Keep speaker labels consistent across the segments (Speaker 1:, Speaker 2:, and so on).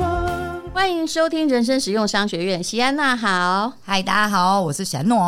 Speaker 1: 望。
Speaker 2: 欢迎收听人生实用商学院，西安娜好。
Speaker 3: 嗨，大家好，我是小诺。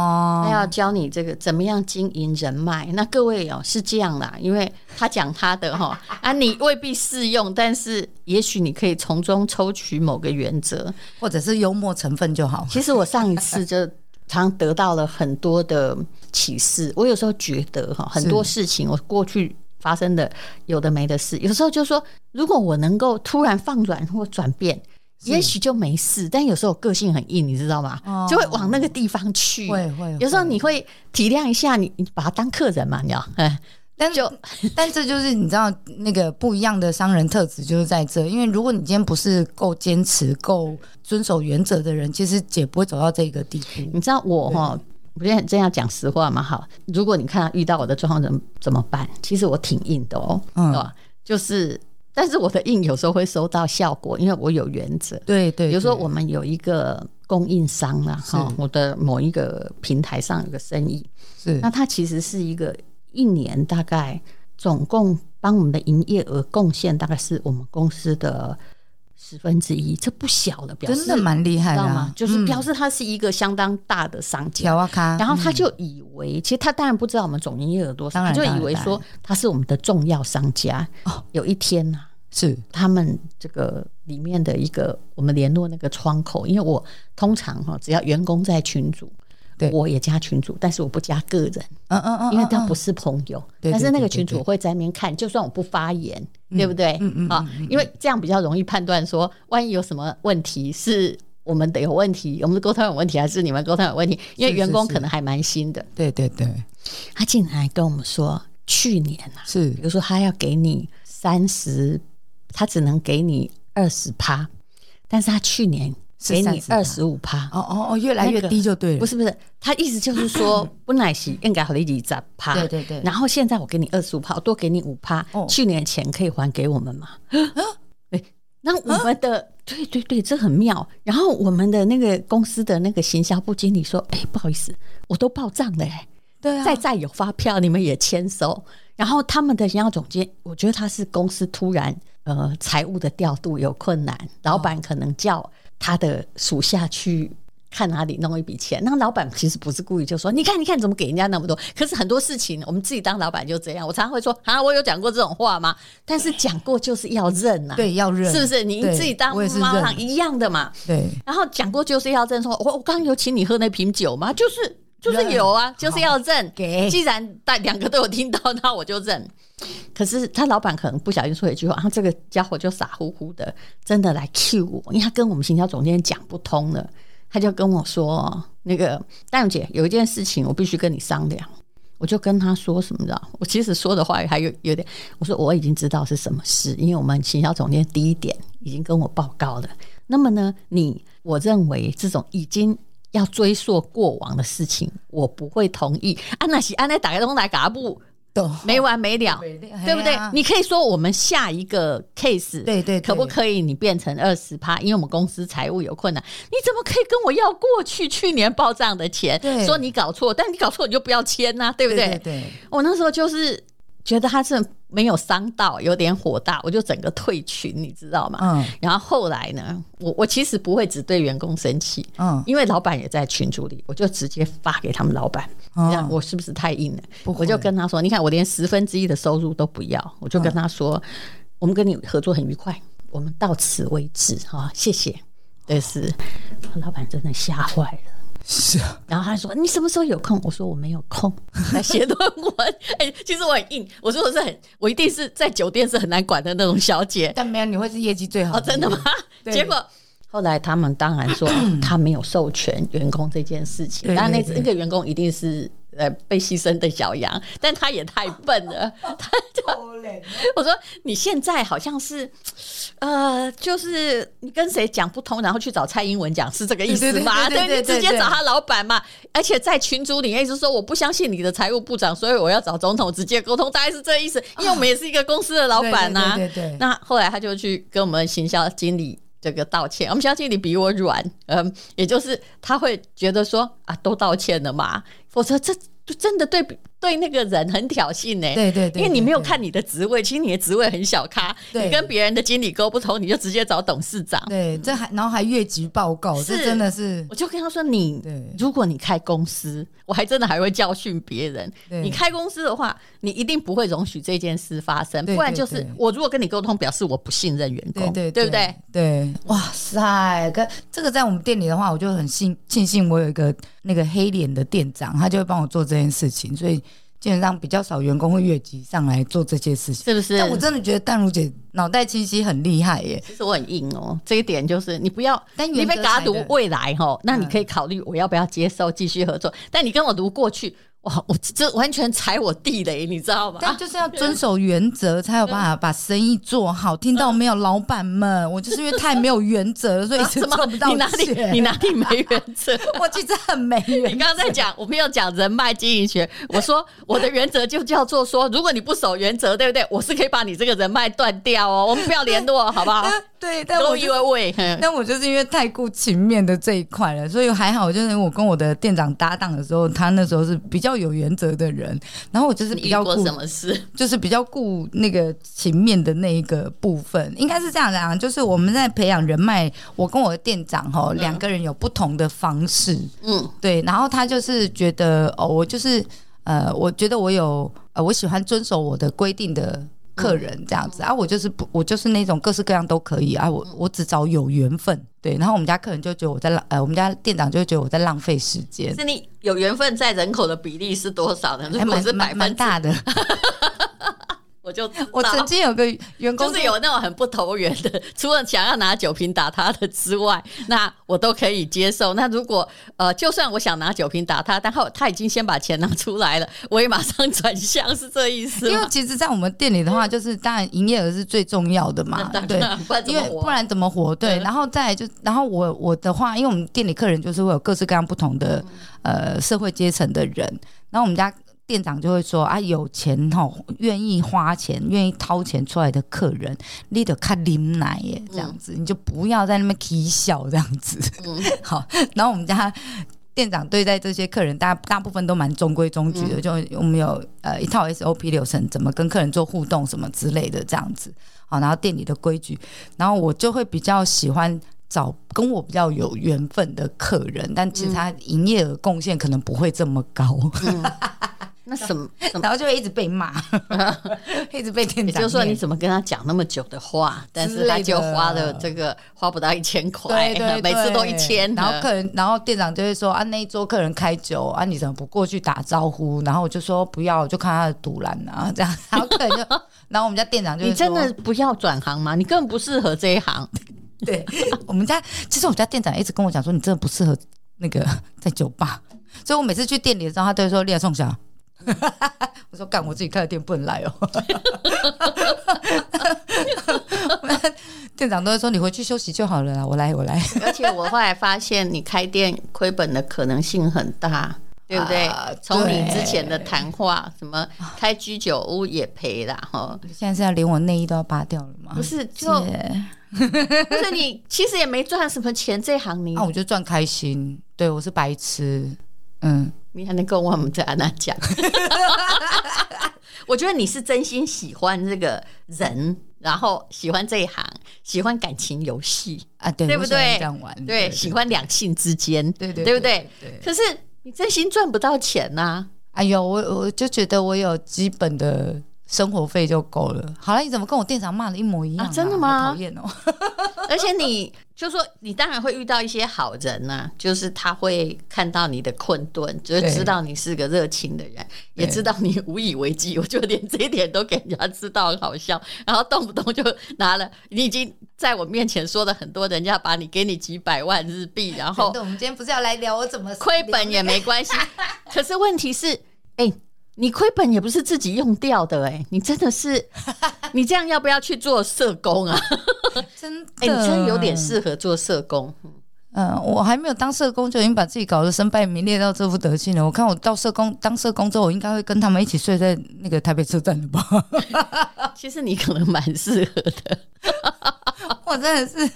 Speaker 2: 他要教你这个怎么样经营人脉。那各位哦，是这样啦，因为他讲他的哈、啊，你未必适用，但是也许你可以从中抽取某个原则。
Speaker 3: 或者是幽默成分就好。
Speaker 2: 其实我上一次就常常得到了很多的启示。我有时候觉得哈，很多事情我过去发生的有的没的事，有时候就说，如果我能够突然放软或转变。也许就没事，但有时候我个性很硬，你知道吗？
Speaker 3: 哦
Speaker 2: 就会往那个地方去。
Speaker 3: 会会
Speaker 2: 有时候你会体谅一下，你你把他当客人嘛，你知道？哎，
Speaker 3: 但
Speaker 2: 就
Speaker 3: 但这就是你知道那个不一样的商人特质就是在这，因为如果你今天不是够坚持、够遵守原则的人，其实也不会走到这个地步。
Speaker 2: 你知道我哈，我现在真要讲实话嘛，好，如果你看到遇到我的状况怎么怎么办？其实我挺硬的哦，
Speaker 3: 嗯
Speaker 2: 对吧？就是，但是我的硬有时候会收到效果，因为我有原则。
Speaker 3: 对对，
Speaker 2: 比如说
Speaker 3: 对
Speaker 2: 我们有一个供应商啦，
Speaker 3: 是
Speaker 2: 哈，我的某一个平台上有个生意，
Speaker 3: 是
Speaker 2: 那它其实是一个一年大概总共帮我们的营业额贡献大概是我们公司的十分之一，这不小了，表示
Speaker 3: 真的蛮厉害
Speaker 2: 知
Speaker 3: 的
Speaker 2: 道
Speaker 3: 啊、
Speaker 2: 吗？就是
Speaker 3: 嗯
Speaker 2: 表示它是一个相当大的商家。
Speaker 3: 条啊卡，
Speaker 2: 然后他就以为，其实他当然不知道我们总营业额多少，
Speaker 3: 当
Speaker 2: 他
Speaker 3: 然
Speaker 2: 就
Speaker 3: 当
Speaker 2: 以
Speaker 3: 然哦
Speaker 2: 为
Speaker 3: 当
Speaker 2: 说他是我们的重要商家。有一天呐、
Speaker 3: 是
Speaker 2: 他们这个里面的一个我们联络那个窗口，因为我通常哈，只要员工在群组，
Speaker 3: 对
Speaker 2: 我也加群组，但是我不加个人，
Speaker 3: 嗯嗯嗯，
Speaker 2: 因为他
Speaker 3: 嗯
Speaker 2: 不是朋友，
Speaker 3: 对对
Speaker 2: 但是那个
Speaker 3: 对对
Speaker 2: 群主
Speaker 3: 对
Speaker 2: 我会在那边看，就算我不发言，对不对？
Speaker 3: 嗯嗯
Speaker 2: 啊，因为这样比较容易判断说，万一有什么问题是。我们得有问题，我们的沟通有问题，还是你们沟通有问题？因为
Speaker 3: 是
Speaker 2: 员工
Speaker 3: 是
Speaker 2: 可能还蛮新的，
Speaker 3: 对对对
Speaker 2: 他竟然还跟我们说，去年啊，
Speaker 3: 是
Speaker 2: 比如说他要给你三十，他只能给你二十趴，但是他去年
Speaker 3: 是
Speaker 2: 给你二
Speaker 3: 30%
Speaker 2: 十五趴，
Speaker 3: 哦哦哦，越来越
Speaker 2: 那个
Speaker 3: 低就对了，
Speaker 2: 不是不是，他意思就是 说，本来是应该给你二十趴，
Speaker 3: 对对对
Speaker 2: 然后现在我给你二十五趴，我多给你五趴，
Speaker 3: 哦啊
Speaker 2: 去年钱可以还给我们吗？ 对，那我们的、对对对，这很妙。然后我们的那个公司的那个行销部经理说：“哎，不好意思，我都报账了、哎
Speaker 3: 对啊，
Speaker 2: 再再有发票，你们也签收。”然后他们的营销总监，我觉得他是公司突然呃财务的调度有困难，老板可能叫他的属下去。看哪里弄一笔钱，那老板其实不是故意，就说你看你看怎么给人家那么多。可是很多事情我们自己当老板就这样，我常常会说啊，我有讲过这种话吗？但是讲过就是要认啊，
Speaker 3: 对要认
Speaker 2: 是不是？你
Speaker 3: 对
Speaker 2: 自己当
Speaker 3: 我也是
Speaker 2: 妈妈
Speaker 3: 认
Speaker 2: 一样的嘛，
Speaker 3: 对
Speaker 2: 然后讲过就是要证，说我我刚刚有请你喝那瓶酒吗？就是就是有啊，就是要证。
Speaker 3: 给
Speaker 2: 既然大两个都有听到，那我就认。可是他老板可能不小心说一句话，啊，这个家伙就傻乎乎的，真的来 Q 我，因为他跟我们行销总监讲不通了，他就跟我说，那个戴勇姐有一件事情我必须跟你商量。我就跟他说什么的，我其实说的话还有有点，我说我已经知道是什么事，因为我们行销总监第一点已经跟我报告了。那么呢，你我认为这种已经要追溯过往的事情，我不会同意。啊安娜西安娜打开东来嘎布
Speaker 3: 懂
Speaker 2: 没完没了，对
Speaker 3: 对
Speaker 2: 不对？你可以说我们下一个 case，
Speaker 3: 对对对
Speaker 2: 可不可以你变成二十趴？因为我们公司财务有困难，你怎么可以跟我要过去去年报账的钱？
Speaker 3: 对
Speaker 2: 说你搞错，但你搞错你就不要签呐、对不
Speaker 3: 对对对
Speaker 2: 我那时候就是觉得他是没有伤到，有点火大，我就整个退群，你知道吗？
Speaker 3: 嗯
Speaker 2: 然后后来呢，我我其实不会只对员工生气，
Speaker 3: 嗯
Speaker 2: 因为老板也在群组里，我就直接发给他们老板，
Speaker 3: 哦
Speaker 2: 这样我是不是太硬了？
Speaker 3: 不会
Speaker 2: 我就跟他说，你看我连十分之一的收入都不要，我就
Speaker 3: 嗯
Speaker 2: 跟他说，我们跟你合作很愉快，我们到此为止啊、谢谢。但是老板真的吓坏了。
Speaker 3: 是啊
Speaker 2: 然后他说：“你什么时候有空？”我说：“我没有空， 来写论文。”哎、其实我很硬，我说我是很，我一定是在酒店是很难管的那种小 姐。
Speaker 3: 但没有你会是业绩最好
Speaker 2: 哦，真的吗？
Speaker 3: 对
Speaker 2: 结果后来他们当然说他没有授权员工这件事情，
Speaker 3: 对
Speaker 2: 但那
Speaker 3: 对对
Speaker 2: 那个员工一定是呃被牺牲的小羊，但他也太笨了。 他就 我说你现在好像是呃，就是你跟谁讲不通，然后去找蔡英文讲，是这个意思吗？
Speaker 3: 对对对对对
Speaker 2: 你直接
Speaker 3: 对
Speaker 2: 找他老板嘛。而且在群组里面一直说我不相信你的财务部长，所以我要找总统直接沟通，大概是这意思。因为我们也是一个公司的老板呐、
Speaker 3: 啊
Speaker 2: 啊
Speaker 3: 对对对对对
Speaker 2: 那后来他就去跟我们行销经理这个道歉，我们行销经理比我软，嗯，也就是他会觉得说啊，都道歉了嘛，否则这就真的对对那个人很挑衅呢、
Speaker 3: 对对对
Speaker 2: 因为你没有
Speaker 3: 对对
Speaker 2: 看你的职位，其实你的职位很小咖，
Speaker 3: 对
Speaker 2: 你跟别人的经理沟不通，你就直接找董事长。
Speaker 3: 对，这还然后还越级报告，这
Speaker 2: 是
Speaker 3: 真的是
Speaker 2: 我就跟他说：“你
Speaker 3: 对
Speaker 2: 如果你开公司，我还真的还会教训别人。
Speaker 3: 对
Speaker 2: 你开公司的话，你一定不会容许这件事发生，
Speaker 3: 对
Speaker 2: 不然
Speaker 3: 对
Speaker 2: 就是
Speaker 3: 对
Speaker 2: 我如果跟你沟通，表示我不信任员
Speaker 3: 对
Speaker 2: 工，
Speaker 3: 对
Speaker 2: 不对？？
Speaker 3: 对，哇塞，跟这个在我们店里的话，我就很幸庆幸我有一个那个黑脸的店长，他就会帮我做这件事情，所以基本上比较少员工会越级上来做这些事情。
Speaker 2: 是不是？
Speaker 3: 但我真的觉得淡如姐脑袋清晰很厉害耶，
Speaker 2: 其实我很硬哦，这一点就是你不要，
Speaker 3: 但
Speaker 2: 你
Speaker 3: 原则
Speaker 2: 被嘎读
Speaker 3: 才的嗯
Speaker 2: 未来哈，那你可以考虑我要不要接受继续合作。但你跟我读过去，哇，我这完全踩我地雷，你知道吗？
Speaker 3: 但就是要遵守原则，才有办法把生意做好。听
Speaker 2: 嗯
Speaker 3: 到没有，老板们，我就是因为太没有原则了，所以一直
Speaker 2: 啊什么
Speaker 3: 赚不？到
Speaker 2: 你哪里
Speaker 3: 钱。
Speaker 2: 你哪里没原 则？
Speaker 3: 我其实很没
Speaker 2: 你
Speaker 3: 原则。
Speaker 2: 刚刚在讲，我们要讲人脉经营学。我说我的原则就叫做说，如果你不守原则，对不对？我是可以把你这个人脉断掉哦，我们不要联络，好不好
Speaker 3: 对，但
Speaker 2: ？Go
Speaker 3: 我就
Speaker 2: your way，哼
Speaker 3: 但我就是因为太顾情面的这一块了，所以还好，就是我跟我的店长搭档的时候，他那时候是比较有原则的人，然后我就是
Speaker 2: 嗯你
Speaker 3: 比
Speaker 2: 遇
Speaker 3: 较
Speaker 2: 过
Speaker 3: 顾
Speaker 2: 什么事？
Speaker 3: 就是比较顾那个情面的那一个部分，应该是这样的啊。就是我们在培养人脉，我跟我的店长哈两个人有不同的方式，
Speaker 2: 嗯，
Speaker 3: 对。然后他就是觉得哦，我就是呃，我觉得我有呃，我喜欢遵守我的规定的。
Speaker 2: 嗯
Speaker 3: 客人这样子啊，我就是不，我就是那种各式各样都可以啊，我
Speaker 2: 嗯
Speaker 3: 我只找有缘分，对。然后我们家客人就觉得我在浪，呃，我们家店长就觉得我在浪费时间，
Speaker 2: 是你有缘分在人口的比例是多少呢？如
Speaker 3: 还
Speaker 2: 果
Speaker 3: 蛮
Speaker 2: 是百
Speaker 3: 蛮
Speaker 2: 分
Speaker 3: 蛮
Speaker 2: 之，
Speaker 3: 大的。
Speaker 2: 我就知
Speaker 3: 我
Speaker 2: 道
Speaker 3: 曾经有个员工
Speaker 2: 就是有那种很不投缘的， 除了想要拿酒瓶打他的之外，那我都可以接受。那如果呃，就算我想拿酒瓶打他，但后他已经先把钱拿出来了，我也马上转向，是这意思
Speaker 3: 因为
Speaker 2: 吗？
Speaker 3: 其实，在我们店里的话，就是当然营业额是最重要的嘛，对，
Speaker 2: 不然怎
Speaker 3: 因
Speaker 2: 么
Speaker 3: 为
Speaker 2: 活
Speaker 3: 不然怎么活？对，
Speaker 2: 嗯
Speaker 3: 然后再来就，然后我我的话，因为我们店里客人就是会有各式各样不同
Speaker 2: 嗯
Speaker 3: 的呃社会阶层的人，然后我们家店长就会说啊，有钱吼，愿意花钱、愿意掏钱出来的客人，你得看林奶耶，这样子，你就不要在那边起笑这样子。
Speaker 2: 嗯
Speaker 3: 好，然后我们家。店长对待这些客人，大大部分都蛮中规中矩的，
Speaker 2: 嗯
Speaker 3: 就我们有呃一套 SOP 流程，怎么跟客人做互动什么之类的这样子。好，然后店里的规矩，然后我就会比较喜欢找跟我比较有缘分的客人，但其实他营业额贡献可能不会这么高，
Speaker 2: 嗯那什 么？什么
Speaker 3: 然后就会一直 被骂，一直被店长念。
Speaker 2: 也就是说，你怎么跟他讲那么久的话，但是他就花了这个花不到一千块
Speaker 3: 对 对，对
Speaker 2: 每次都一千，
Speaker 3: 然后客人，然后店长就会说啊，那一桌客人开酒啊，你怎么不过去打招呼？然后我就说不要，我就看他的赌篮啊，这样。然后客 人就，然后我们家店长就会
Speaker 2: 你真的
Speaker 3: 说
Speaker 2: 不要转行吗？你根本不适合这一行。
Speaker 3: 对，我们家其实我们家店长一直跟我讲说，你真的不适合那个在酒吧，所以我每次去店里的时候，他都会说你来送小。 我说干，我自己开的店不能来哦。 店长都会说你回去休息就好了啦，我来我来。
Speaker 2: 而且我后来发现，你开店亏本的可能性很大，对不对
Speaker 3: 啊？
Speaker 2: 从你
Speaker 3: 对
Speaker 2: 之前的谈话，什么开居酒屋也赔啦，嗯哈，
Speaker 3: 现在是要连我内衣都要扒掉了吗？
Speaker 2: 不是就 不是你其实也没赚什么钱，这行你
Speaker 3: 那、啊、我就赚开心。对我是白痴，嗯，
Speaker 2: 你还能跟我们这安娜 讲？我觉得你是真心喜欢这个人，然后喜欢这一行，喜欢感情游戏，
Speaker 3: 啊，对，
Speaker 2: 对不
Speaker 3: 我喜欢
Speaker 2: 对
Speaker 3: 这样玩，
Speaker 2: 嗯对，喜欢两性之间，
Speaker 3: 对
Speaker 2: 对
Speaker 3: 对
Speaker 2: 不对？？可是你真心赚不到钱呐、
Speaker 3: 哎呦，我我就觉得我有基本的生活费就够了。好了，你怎么跟我店长骂的一模一样、
Speaker 2: 啊真的吗
Speaker 3: 好讨厌哦，
Speaker 2: 而且你就说，你当然会遇到一些好人呐、就是他会看到你的困顿，就是
Speaker 3: 对
Speaker 2: 知道你是个热情的人，也
Speaker 3: 对
Speaker 2: 知道你无以为继。我就连这一点都给人家知道，很好笑。然后动不动就拿了，你已经在我面前说了很多，人家把你给你几百万日币，然后
Speaker 3: 真的，我们今天不是要来聊我怎么
Speaker 2: 亏本也没关系。 可是问题是，哎、你亏本也不是自己用掉的、哎，你真的是，你这样要不要去做社工啊？
Speaker 3: 真的，
Speaker 2: 哎、你真的有点适合做社工。
Speaker 3: 嗯，我还没有当社工就已经把自己搞得身败名裂到这副德性了。我看我到社工当社工之后，我应该会跟他们一起睡在那个台北车站 了吧？
Speaker 2: 其实你可能蛮适合的，
Speaker 3: 我真的是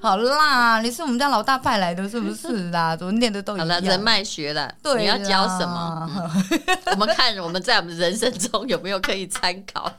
Speaker 3: 好辣、啊，你是我们家老大派来的，是不是啦？怎么念的都一
Speaker 2: 好
Speaker 3: 样？
Speaker 2: 了，人脉学了，
Speaker 3: 对啦
Speaker 2: 你要教什 么？嗯我们看我们在我们人生中有没有可以参考。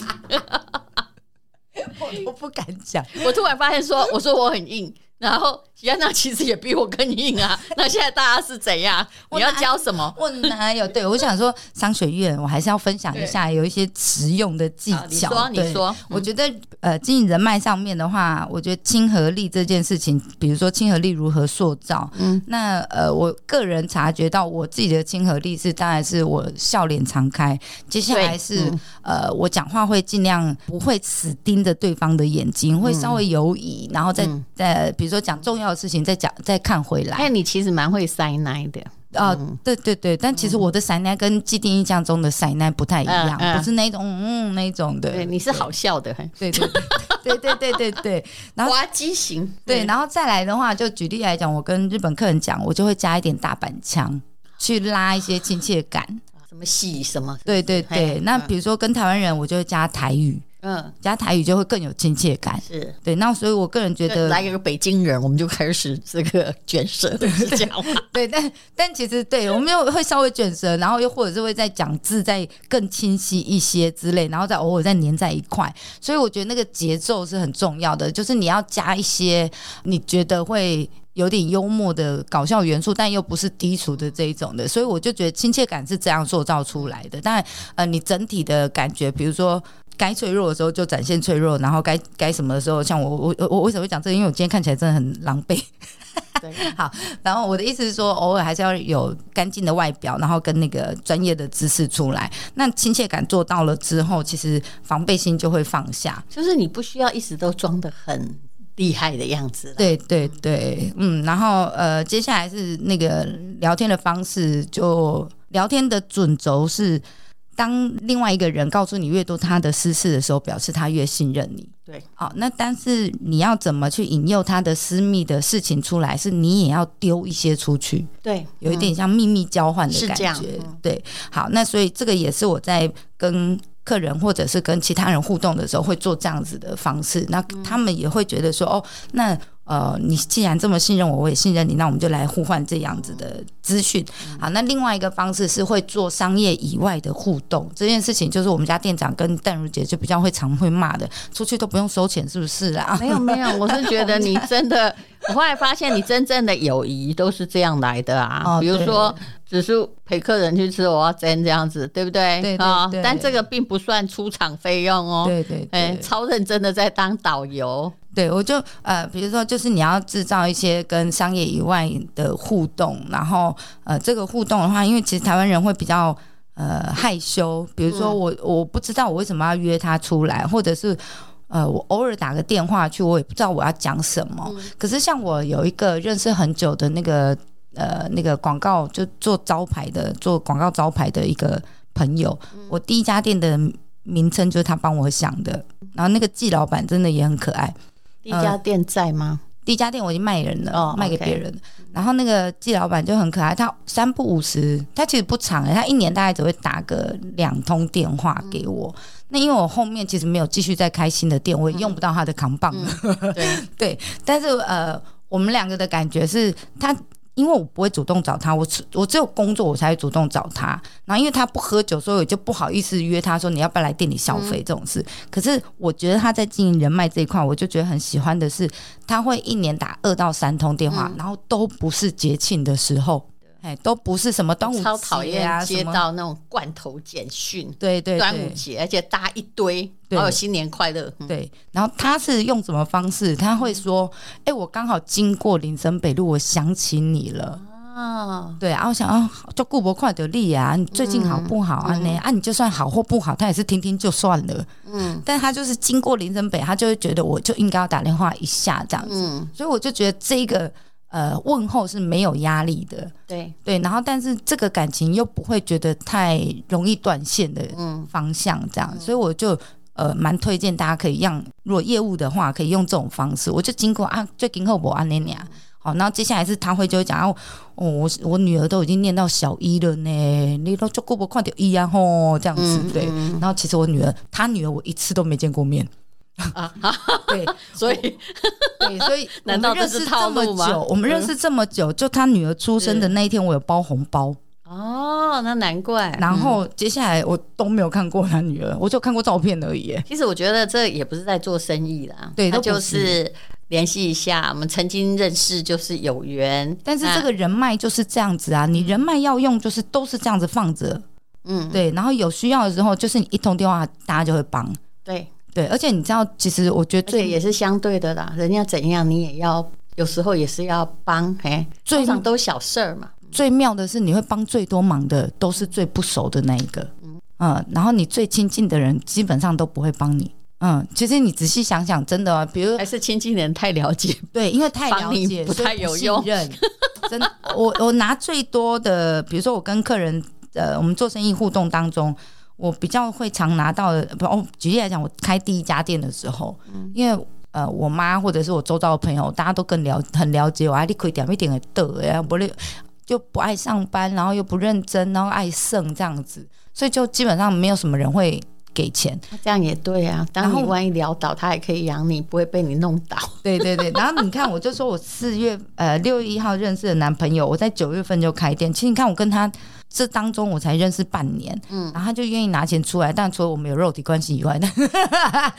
Speaker 3: 我不敢讲。
Speaker 2: 我突然发现说，我说我很硬，然后安娜其实也比我更硬 啊。那现在大家是怎样？
Speaker 3: 我
Speaker 2: 你要教什么？
Speaker 3: 我哪有？对我想说，商学院我还是要分享一下有一些实用的技
Speaker 2: 好你
Speaker 3: 巧。
Speaker 2: 说，
Speaker 3: 对
Speaker 2: 啊你说，
Speaker 3: 我觉得呃，经营人脉上面的话，我觉得亲和力这件事情，比如说亲和力如何塑造，
Speaker 2: 嗯
Speaker 3: 嗯，那呃，我个人察觉到我自己的亲和力是，当然是我笑脸常开，接下来
Speaker 2: 对
Speaker 3: 是、
Speaker 2: 嗯
Speaker 3: 呃，我讲话会尽量不会死盯着对方的眼睛，会稍微犹疑，然后再
Speaker 2: 嗯
Speaker 3: 再、比如说讲重要的事情，再讲再看回来
Speaker 2: 哎，，你其实蛮会塞奶的，
Speaker 3: 啊，对对对，但其实我的塞奶跟既定印象中的塞奶不太一样，
Speaker 2: 嗯嗯
Speaker 3: 不是那种嗯那种的，
Speaker 2: 对，你是好笑的，很
Speaker 3: 对对对对对对对对，然后
Speaker 2: 滑稽型。
Speaker 3: 对，，然后再来的话，就举例来讲，我跟日本客人讲，我就会加一点大阪腔。去拉一些亲切感，
Speaker 2: 什么戏什么？
Speaker 3: 对对
Speaker 2: 嘿
Speaker 3: 对。那比如说跟台湾人，我就会加台语，
Speaker 2: 嗯，
Speaker 3: 加台语就会更有亲切感。
Speaker 2: 是。
Speaker 3: 对，那所以我个人觉
Speaker 2: 就
Speaker 3: 得，
Speaker 2: 来一个北京人，我们就开始这个卷舌 是这样吗？
Speaker 3: 对，但但其实对我们又会稍微卷舌，然后又或者是会再讲字再更清晰一些之类，然后再偶尔再粘在一块。所以我觉得那个节奏是很重要的，就是你要加一些你觉得会。有点幽默的搞笑元素，但又不是低俗的这一种的，所以我就觉得亲切感是这样塑造出来的。当然，呃，你整体的感觉，比如说该脆弱的时候就展现脆弱，然后该该什么的时候，像我我我我为什么会讲这个？因为我今天看起来真的很狼狈，
Speaker 2: 对
Speaker 3: 然后我的意思是说，偶尔还是要有干净的外表，然后跟那个专业的知识出来。那亲切感做到了之后，其实防备心就会放下。
Speaker 2: 就是你不需要一直都装得很厉害的样子啦。
Speaker 3: 对对对，嗯，然后呃，接下来是那个聊天的方式，就聊天的准轴是，当另外一个人告诉你越多他的私事的时候，表示他越信任你。
Speaker 2: 对，
Speaker 3: 好、那但是你要怎么去引诱他的私密的事情出来，是你也要丢一些出去。
Speaker 2: 对，
Speaker 3: 有一点像秘密交换
Speaker 2: 嗯是
Speaker 3: 的感
Speaker 2: 这样
Speaker 3: 觉。
Speaker 2: 嗯
Speaker 3: 对，好，那所以这个也是我在跟客人或者是跟其他人互动的时候会做这样子的方式，那
Speaker 2: 嗯
Speaker 3: 他们也会觉得说，哦，那。呃，你既然这么信任我，我也信任你，那我们就来互换这样子的资讯。
Speaker 2: 嗯
Speaker 3: 好，那另外一个方式是会做商业以外的互动，这件事情就是我们家店长跟淡如姐就比较会常会骂的，出去都不用收钱，是不是啊？
Speaker 2: 没有没 有，我是觉得你真 的，我后来发现你真正的友谊都是这样来的啊。
Speaker 3: 哦
Speaker 2: 比如说，只是陪客人去吃我要煎这样子，对不对？
Speaker 3: 对对
Speaker 2: 啊
Speaker 3: 对
Speaker 2: 但这个并不算出场费用哦。
Speaker 3: 对对对，
Speaker 2: 哎，超认真的在当导游，
Speaker 3: 对，我就呃，比如说，就是你要制造一些跟商业以外的互动，然后呃，这个互动的话，因为其实台湾人会比较呃害羞，比如说我、我不知道我为什么要约他出来，或者是呃，我偶尔打个电话去，我也不知道我要讲什么。可是像我有一个认识很久的那个呃那个广告，就做招牌的，做广告招牌的一个朋友，我第一家店的名称就是他帮我想的。然后那个季老板真的也很可爱，
Speaker 2: 第一家店在吗？
Speaker 3: 第一家店我已经卖人了，
Speaker 2: 哦
Speaker 3: 卖给
Speaker 2: OK
Speaker 3: 别人了。然后那个季老板就很可爱，他三不五十，他其实不长、欸，他一年大概只会打个两通电话给
Speaker 2: 嗯
Speaker 3: 我。那因为我后面其实没有继续再开新的店，我也用不到他的扛棒
Speaker 2: 嗯
Speaker 3: 了。
Speaker 2: 对，
Speaker 3: 对，但是呃，我们两个的感觉是他。因为我不会主动找他，我只我只有工作我才会主动找他。然后因为他不喝酒，所以我就不好意思约他说你要不要来店里消费
Speaker 2: 嗯
Speaker 3: 这种事。可是我觉得他在经营人脉这一块，我就觉得很喜欢的
Speaker 2: 嗯
Speaker 3: 是，他会一年打二到三通电话，然后都不是节庆的时候。哎，都不是什么端午
Speaker 2: 超讨
Speaker 3: 节
Speaker 2: 厌
Speaker 3: 啊，
Speaker 2: 接
Speaker 3: 什么
Speaker 2: 到那种罐头简讯，
Speaker 3: 对对
Speaker 2: 端午
Speaker 3: 对
Speaker 2: 节，而且搭一堆，
Speaker 3: 对
Speaker 2: 还有新年快乐，嗯
Speaker 3: 对，然后他是用什么方式？他会说：“哎、我刚好经过林森北路，我想起你了。”
Speaker 2: 啊，
Speaker 3: 对啊，我想啊，就顾不快的力啊，你最近好不好啊？呢、啊，你就算好或不好，他也是听听就算了。
Speaker 2: 嗯
Speaker 3: 但他就是经过林森北，他就会觉得我就应该要打电话一下这样子，
Speaker 2: 嗯，
Speaker 3: 所以我就觉得这一个呃问候是没有压力的，
Speaker 2: 对，
Speaker 3: 对。然后，但是这个感情又不会觉得太容易断线的
Speaker 2: 嗯
Speaker 3: 方向这样，所以我就。呃，蛮推荐大家可以让，如果业务的话，可以用这种方式。我就经过啊，最近后我安妮妮，
Speaker 2: 嗯
Speaker 3: 好，然后接下来是他会就会讲，啊哦，我我女儿都已经念到小一了呢，你都就过不快点一啊吼，这样子、
Speaker 2: 嗯，
Speaker 3: 对。
Speaker 2: 嗯
Speaker 3: 然后其实我女儿，她女儿我一次都没见过面，
Speaker 2: 啊，
Speaker 3: 对
Speaker 2: 所以
Speaker 3: 对，所以
Speaker 2: 难道
Speaker 3: 我们
Speaker 2: 这
Speaker 3: 认
Speaker 2: 是
Speaker 3: 识
Speaker 2: 套
Speaker 3: 这
Speaker 2: 路吗嗯
Speaker 3: 么久？我们认识这么久，就她女儿出生的那一天，我有包红包，
Speaker 2: 哦，那难怪。
Speaker 3: 然
Speaker 2: 嗯
Speaker 3: 后接下来我都没有看过她女儿，我就看过照片而已耶。
Speaker 2: 其实我觉得这也不是在做生意啦，
Speaker 3: 对
Speaker 2: 他
Speaker 3: 都不
Speaker 2: 就是联系一下，我们曾经认识就是有缘，
Speaker 3: 但是
Speaker 2: 那
Speaker 3: 这个人脉就是这样子啊，你人脉要用，就是都是这样子放着，
Speaker 2: 嗯，对
Speaker 3: 对。然后有需要的时候，就是你一通电话，大家就会帮。
Speaker 2: 对，
Speaker 3: 对，而且你知道，其实我觉得
Speaker 2: 而且
Speaker 3: 最
Speaker 2: 也是相对的啦，人家怎样你也要，有时候也是要帮，哎，通
Speaker 3: 最
Speaker 2: 常都小事儿嘛，
Speaker 3: 最妙的是，你会帮最多忙的都是最不熟的那一个，嗯，然后你最亲近的人基本上都不会帮你，嗯，其实你仔细想想，真的、啊，比如
Speaker 2: 还是亲近人太了解，
Speaker 3: 对，因为太了
Speaker 2: 帮你
Speaker 3: 解，
Speaker 2: 不
Speaker 3: 所以
Speaker 2: 太有
Speaker 3: 信
Speaker 2: 用
Speaker 3: 任。 真的，我我拿最多的，比如说我跟客人，呃，我们做生意互动当中，我比较会常拿到的，不哦，举例来讲，我开第一家店的时候，
Speaker 2: 嗯
Speaker 3: 因为。呃，我妈或者是我周遭的朋友，大家都更了很了解我，啊，你可以点一点的得哎呀，不然就不爱上班，然后又不认真，然后爱剩这样子，所以就基本上没有什么人会给钱。
Speaker 2: 这样也对啊。
Speaker 3: 然
Speaker 2: 当
Speaker 3: 后
Speaker 2: 你万一潦倒，他还可以养你，不会被你弄倒。
Speaker 3: 对对对，然后你看，我就说我四月呃六月一号认识的男朋友，我在九月份就开店。其实你看，我跟他这当中我才认识半年，嗯，然后他就愿意拿钱出来，但除了我们有肉体关系 以外，但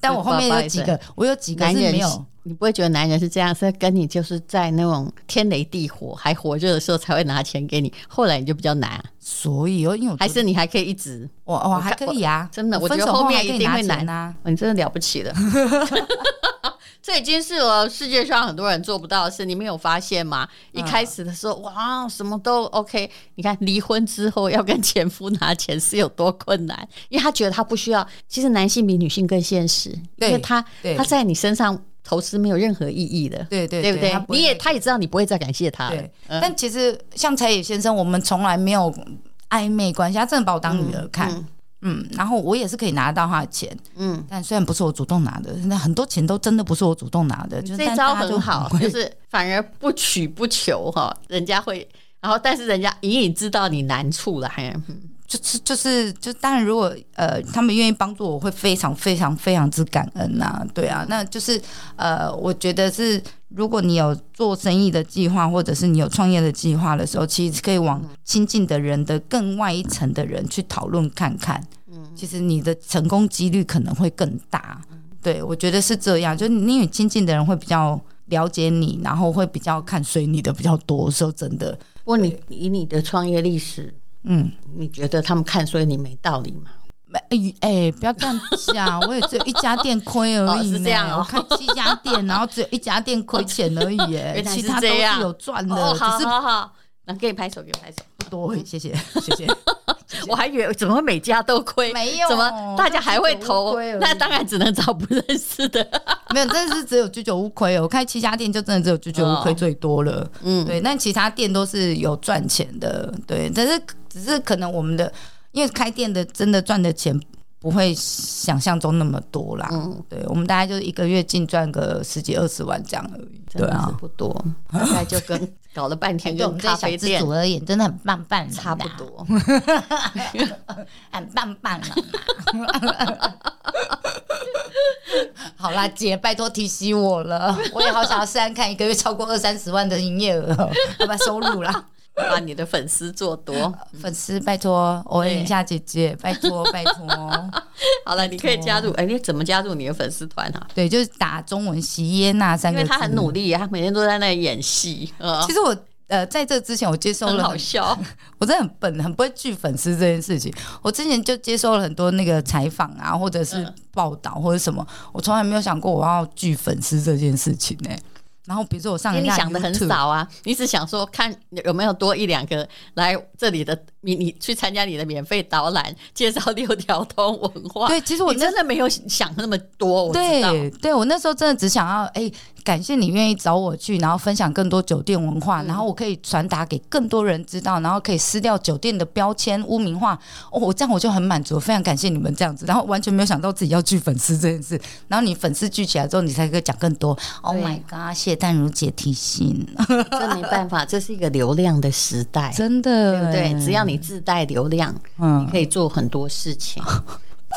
Speaker 3: 但我后面有几个，我有几个
Speaker 2: 男
Speaker 3: 是
Speaker 2: 人
Speaker 3: 没
Speaker 2: 是
Speaker 3: 有。
Speaker 2: 你不会觉得男人是这样，是跟你就是在那种天雷地火还火热的时候才会拿钱给你，后来你就比较难啊、
Speaker 3: 所以哦，因为我
Speaker 2: 还是你还可以一直，
Speaker 3: 我我还可以啊，
Speaker 2: 真的我觉
Speaker 3: 分
Speaker 2: 得
Speaker 3: 手
Speaker 2: 后面
Speaker 3: 还可以
Speaker 2: 一定
Speaker 3: 拿
Speaker 2: 会
Speaker 3: 钱
Speaker 2: 难
Speaker 3: 啊。
Speaker 2: 哦你真的了不 起了。这已经是我世界上很多人做不到的事，你没有发现吗？
Speaker 3: 嗯
Speaker 2: 一开始的时候，哇，什么都 OK。你看离婚之后要跟前夫拿钱是有多困难，因为他觉得他不需要。其实男性比女性更现实，因
Speaker 3: 对
Speaker 2: 为他
Speaker 3: 对
Speaker 2: 他在你身上投资没有任何意义的。
Speaker 3: 对对
Speaker 2: 对不对
Speaker 3: 他？不会
Speaker 2: 你也
Speaker 3: 再
Speaker 2: 他也知道你不会再感谢他了。
Speaker 3: 对，
Speaker 2: 嗯
Speaker 3: 但其实像柴野先生，我们从来没有暧昧关系，他真的把我当女儿看。
Speaker 2: 嗯
Speaker 3: 嗯然后我也是可以拿到他的钱，
Speaker 2: 嗯，
Speaker 3: 但虽然不是我主动拿的，那很多钱都真的不是我主动拿的，就是
Speaker 2: 这
Speaker 3: 但
Speaker 2: 招
Speaker 3: 大家
Speaker 2: 很好，
Speaker 3: 会
Speaker 2: 就是反而不取不求哈，人家会，然后但是人家隐隐知道你难处了，还嗯
Speaker 3: 就是就是就当然，如果呃他们愿意帮助我，我会非常非常非常之感恩呐、对啊，那就是呃，我觉得是如果你有做生意的计划，或者是你有创业的计划的时候，其实可以往亲近的人的更外一层的人去讨论看看，嗯，其实你的成功几率可能会更大。对，我觉得是这样，就是你与亲近的人会比较了解你，然后会比较看随你的比较多，说真的，
Speaker 2: 不过你以你的创业历史，
Speaker 3: 嗯。
Speaker 2: 你觉得他们看所以你没道理吗？
Speaker 3: 没哎、哎不要这样讲，我也只有一家店亏而
Speaker 2: 哦
Speaker 3: 已、呢。
Speaker 2: 是这样哦
Speaker 3: 我开七家店，然后只有一家店亏钱而已、哎
Speaker 2: 原来是
Speaker 3: 其他都
Speaker 2: 这样
Speaker 3: 是有赚的，
Speaker 2: 哦，好
Speaker 3: 只是
Speaker 2: 好好，那给你拍手，给你拍手。
Speaker 3: 不多。谢谢，谢谢。
Speaker 2: 我还以为怎么会每家都亏，
Speaker 3: 没有
Speaker 2: 怎么大家还会
Speaker 3: 就
Speaker 2: 投
Speaker 3: 是亏而已？
Speaker 2: 那当然只能找不认识的。
Speaker 3: 没有，真的是只有居酒屋亏哦。我开七家店，就真的只有居酒屋亏最多了。
Speaker 2: 嗯
Speaker 3: 对，但其他店都是有赚钱的。对，但是只是可能我们的，因为开店的真的赚的钱不会想象中那么多啦。
Speaker 2: 嗯
Speaker 3: 对，我们大概就是一个月净赚个十几二十万这样而已。
Speaker 2: 真
Speaker 3: 对
Speaker 2: 的是
Speaker 3: 啊，哎
Speaker 2: 不多， 大概就跟搞了半天
Speaker 3: 对我
Speaker 2: 跟
Speaker 3: 们
Speaker 2: 咖
Speaker 3: 这小
Speaker 2: 啡
Speaker 3: 资
Speaker 2: 店
Speaker 3: 主而言，真的很棒棒啦，
Speaker 2: 差不多。
Speaker 3: 很棒棒啊了啦。 好啦，姐，拜托提醒我了，我也好想要试看看一个月超过二三十万的营业额哦，好吧，收入啦。
Speaker 2: 把你的粉丝做 多。
Speaker 3: 粉丝拜托，我一下姐姐，拜托拜托。
Speaker 2: 好了，你可以加
Speaker 3: 哦
Speaker 2: 入。哎、你怎么加入你的粉丝团啊？
Speaker 3: 对，就是打中文席耶娜三
Speaker 2: 因
Speaker 3: 个
Speaker 2: 为
Speaker 3: 字，
Speaker 2: 他很努力啊，他每天都在那里演戏。呃
Speaker 3: 其，实我呃，在这之前我接收
Speaker 2: 很
Speaker 3: 了
Speaker 2: 好
Speaker 3: 很
Speaker 2: 笑。
Speaker 3: 我真的很笨，很不会聚粉丝这件事情。我之前就接收了很多那个采访啊，或者
Speaker 2: 嗯
Speaker 3: 是报道或者什么，我从来没有想过我要聚粉丝这件事情呢、然后比如说我上
Speaker 2: 因为
Speaker 3: 人
Speaker 2: 你
Speaker 3: 家
Speaker 2: 想的很
Speaker 3: YouTube，
Speaker 2: 少啊，你只想说看有没有多一两个来这里的，你你去参加你的免费导览，介绍六条通文化。
Speaker 3: 对，其实我
Speaker 2: 我
Speaker 3: 那
Speaker 2: 真的没有想那么多，我知 道。
Speaker 3: 对对，我那时候真的只想要，哎、感谢你愿意找我去，然后分享更多酒店文
Speaker 2: 嗯
Speaker 3: 化，然后我可以传达给更多人知道，然后可以撕掉酒店的标签污名化。哦，我这样我就很满足，非常感谢你们这样子，然后完全没有想到自己要聚粉丝这件事。然后你粉丝聚起来之后，你才可以讲更多。Oh my god！谢淡如姐提醒，
Speaker 2: 这没办法，这是一个流量的时代，
Speaker 3: 真的
Speaker 2: 对不对？
Speaker 3: 欸
Speaker 2: 只要你自带流量，
Speaker 3: 嗯，
Speaker 2: 可以做很多事情。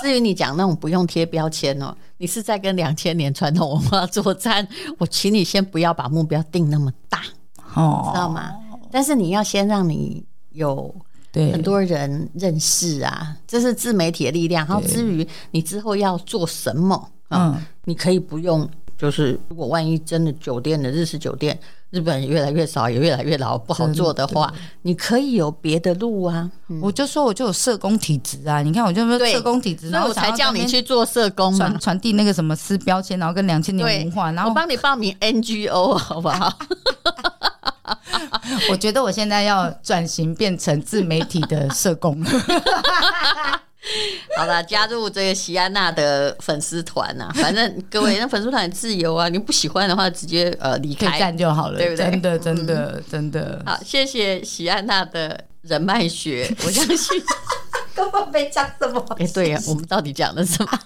Speaker 2: 至于你讲那种不用贴标签哦，你是在跟两千年传统文化作战，我请你先不要把目标定那么大，知道
Speaker 3: 哦，
Speaker 2: 吗？但是你要先让你有
Speaker 3: 对，
Speaker 2: 很多人认识啊，这是自媒体的力量。然后至于你之后要做什么，嗯，
Speaker 3: 嗯
Speaker 2: 你可以不用。就是如果万一真的酒店的日式酒店，日本也越来越少，也越来越老，不好做的话，你可以有别的路啊。嗯
Speaker 3: 我就说我就有社工体质啊，你看我就没有
Speaker 2: 对
Speaker 3: 社工体质，
Speaker 2: 所
Speaker 3: 然
Speaker 2: 以
Speaker 3: 后
Speaker 2: 我
Speaker 3: 想
Speaker 2: 才
Speaker 3: 要
Speaker 2: 叫
Speaker 3: 在那
Speaker 2: 你
Speaker 3: 边
Speaker 2: 去做社工嘛
Speaker 3: 传。传递那个什么撕标签，然后跟两千年
Speaker 2: 嗯对
Speaker 3: 文化，然后
Speaker 2: 我帮你报名 NGO 好不好？
Speaker 3: 我觉得我现在要转型变成自媒体的 社工，
Speaker 2: 好了，加入这个席安娜的粉丝团呐，反正各位那粉丝团很自由啊，你不喜欢的话直接呃离
Speaker 3: 退
Speaker 2: 开。
Speaker 3: 站就好了，
Speaker 2: 对不对嗯啊
Speaker 3: 真的，真的，真的，
Speaker 2: 好，谢谢席安娜的人脉学，我相信。
Speaker 3: 根本没讲什么。
Speaker 2: 哎、对
Speaker 3: 啊
Speaker 2: 呀，我们到底讲的什么？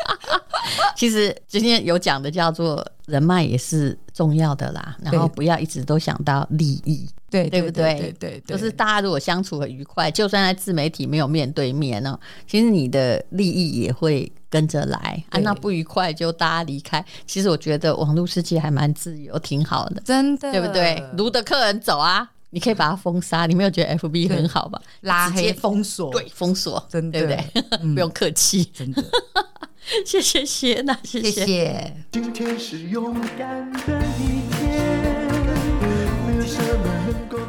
Speaker 2: 其实今天有讲的叫做人脉也是重要的啦，然后
Speaker 3: 对
Speaker 2: 不要一直都想到利益，
Speaker 3: 对
Speaker 2: 对
Speaker 3: 对
Speaker 2: 不
Speaker 3: 对？
Speaker 2: 对
Speaker 3: 对对，对
Speaker 2: 就是大家如果相处很愉快，就算在自媒体没有面对面呢、其实你的利益也会跟着来啊。
Speaker 3: 对
Speaker 2: 那不愉快就大家离开。其实我觉得网络世界还蛮自由，挺好的，
Speaker 3: 真的，
Speaker 2: 对不对？卢的客人走啊，你可以把他封杀，你没有觉得 FB 很好吧？
Speaker 3: 拉
Speaker 2: 直接
Speaker 3: 黑封锁，
Speaker 2: 对，封锁，
Speaker 3: 真的嗯
Speaker 2: 对 不对？不用客气，
Speaker 3: 真的，
Speaker 2: 谢谢谢娜，谢
Speaker 3: 谢谢。
Speaker 1: 今天是勇敢的一天，没有什么能够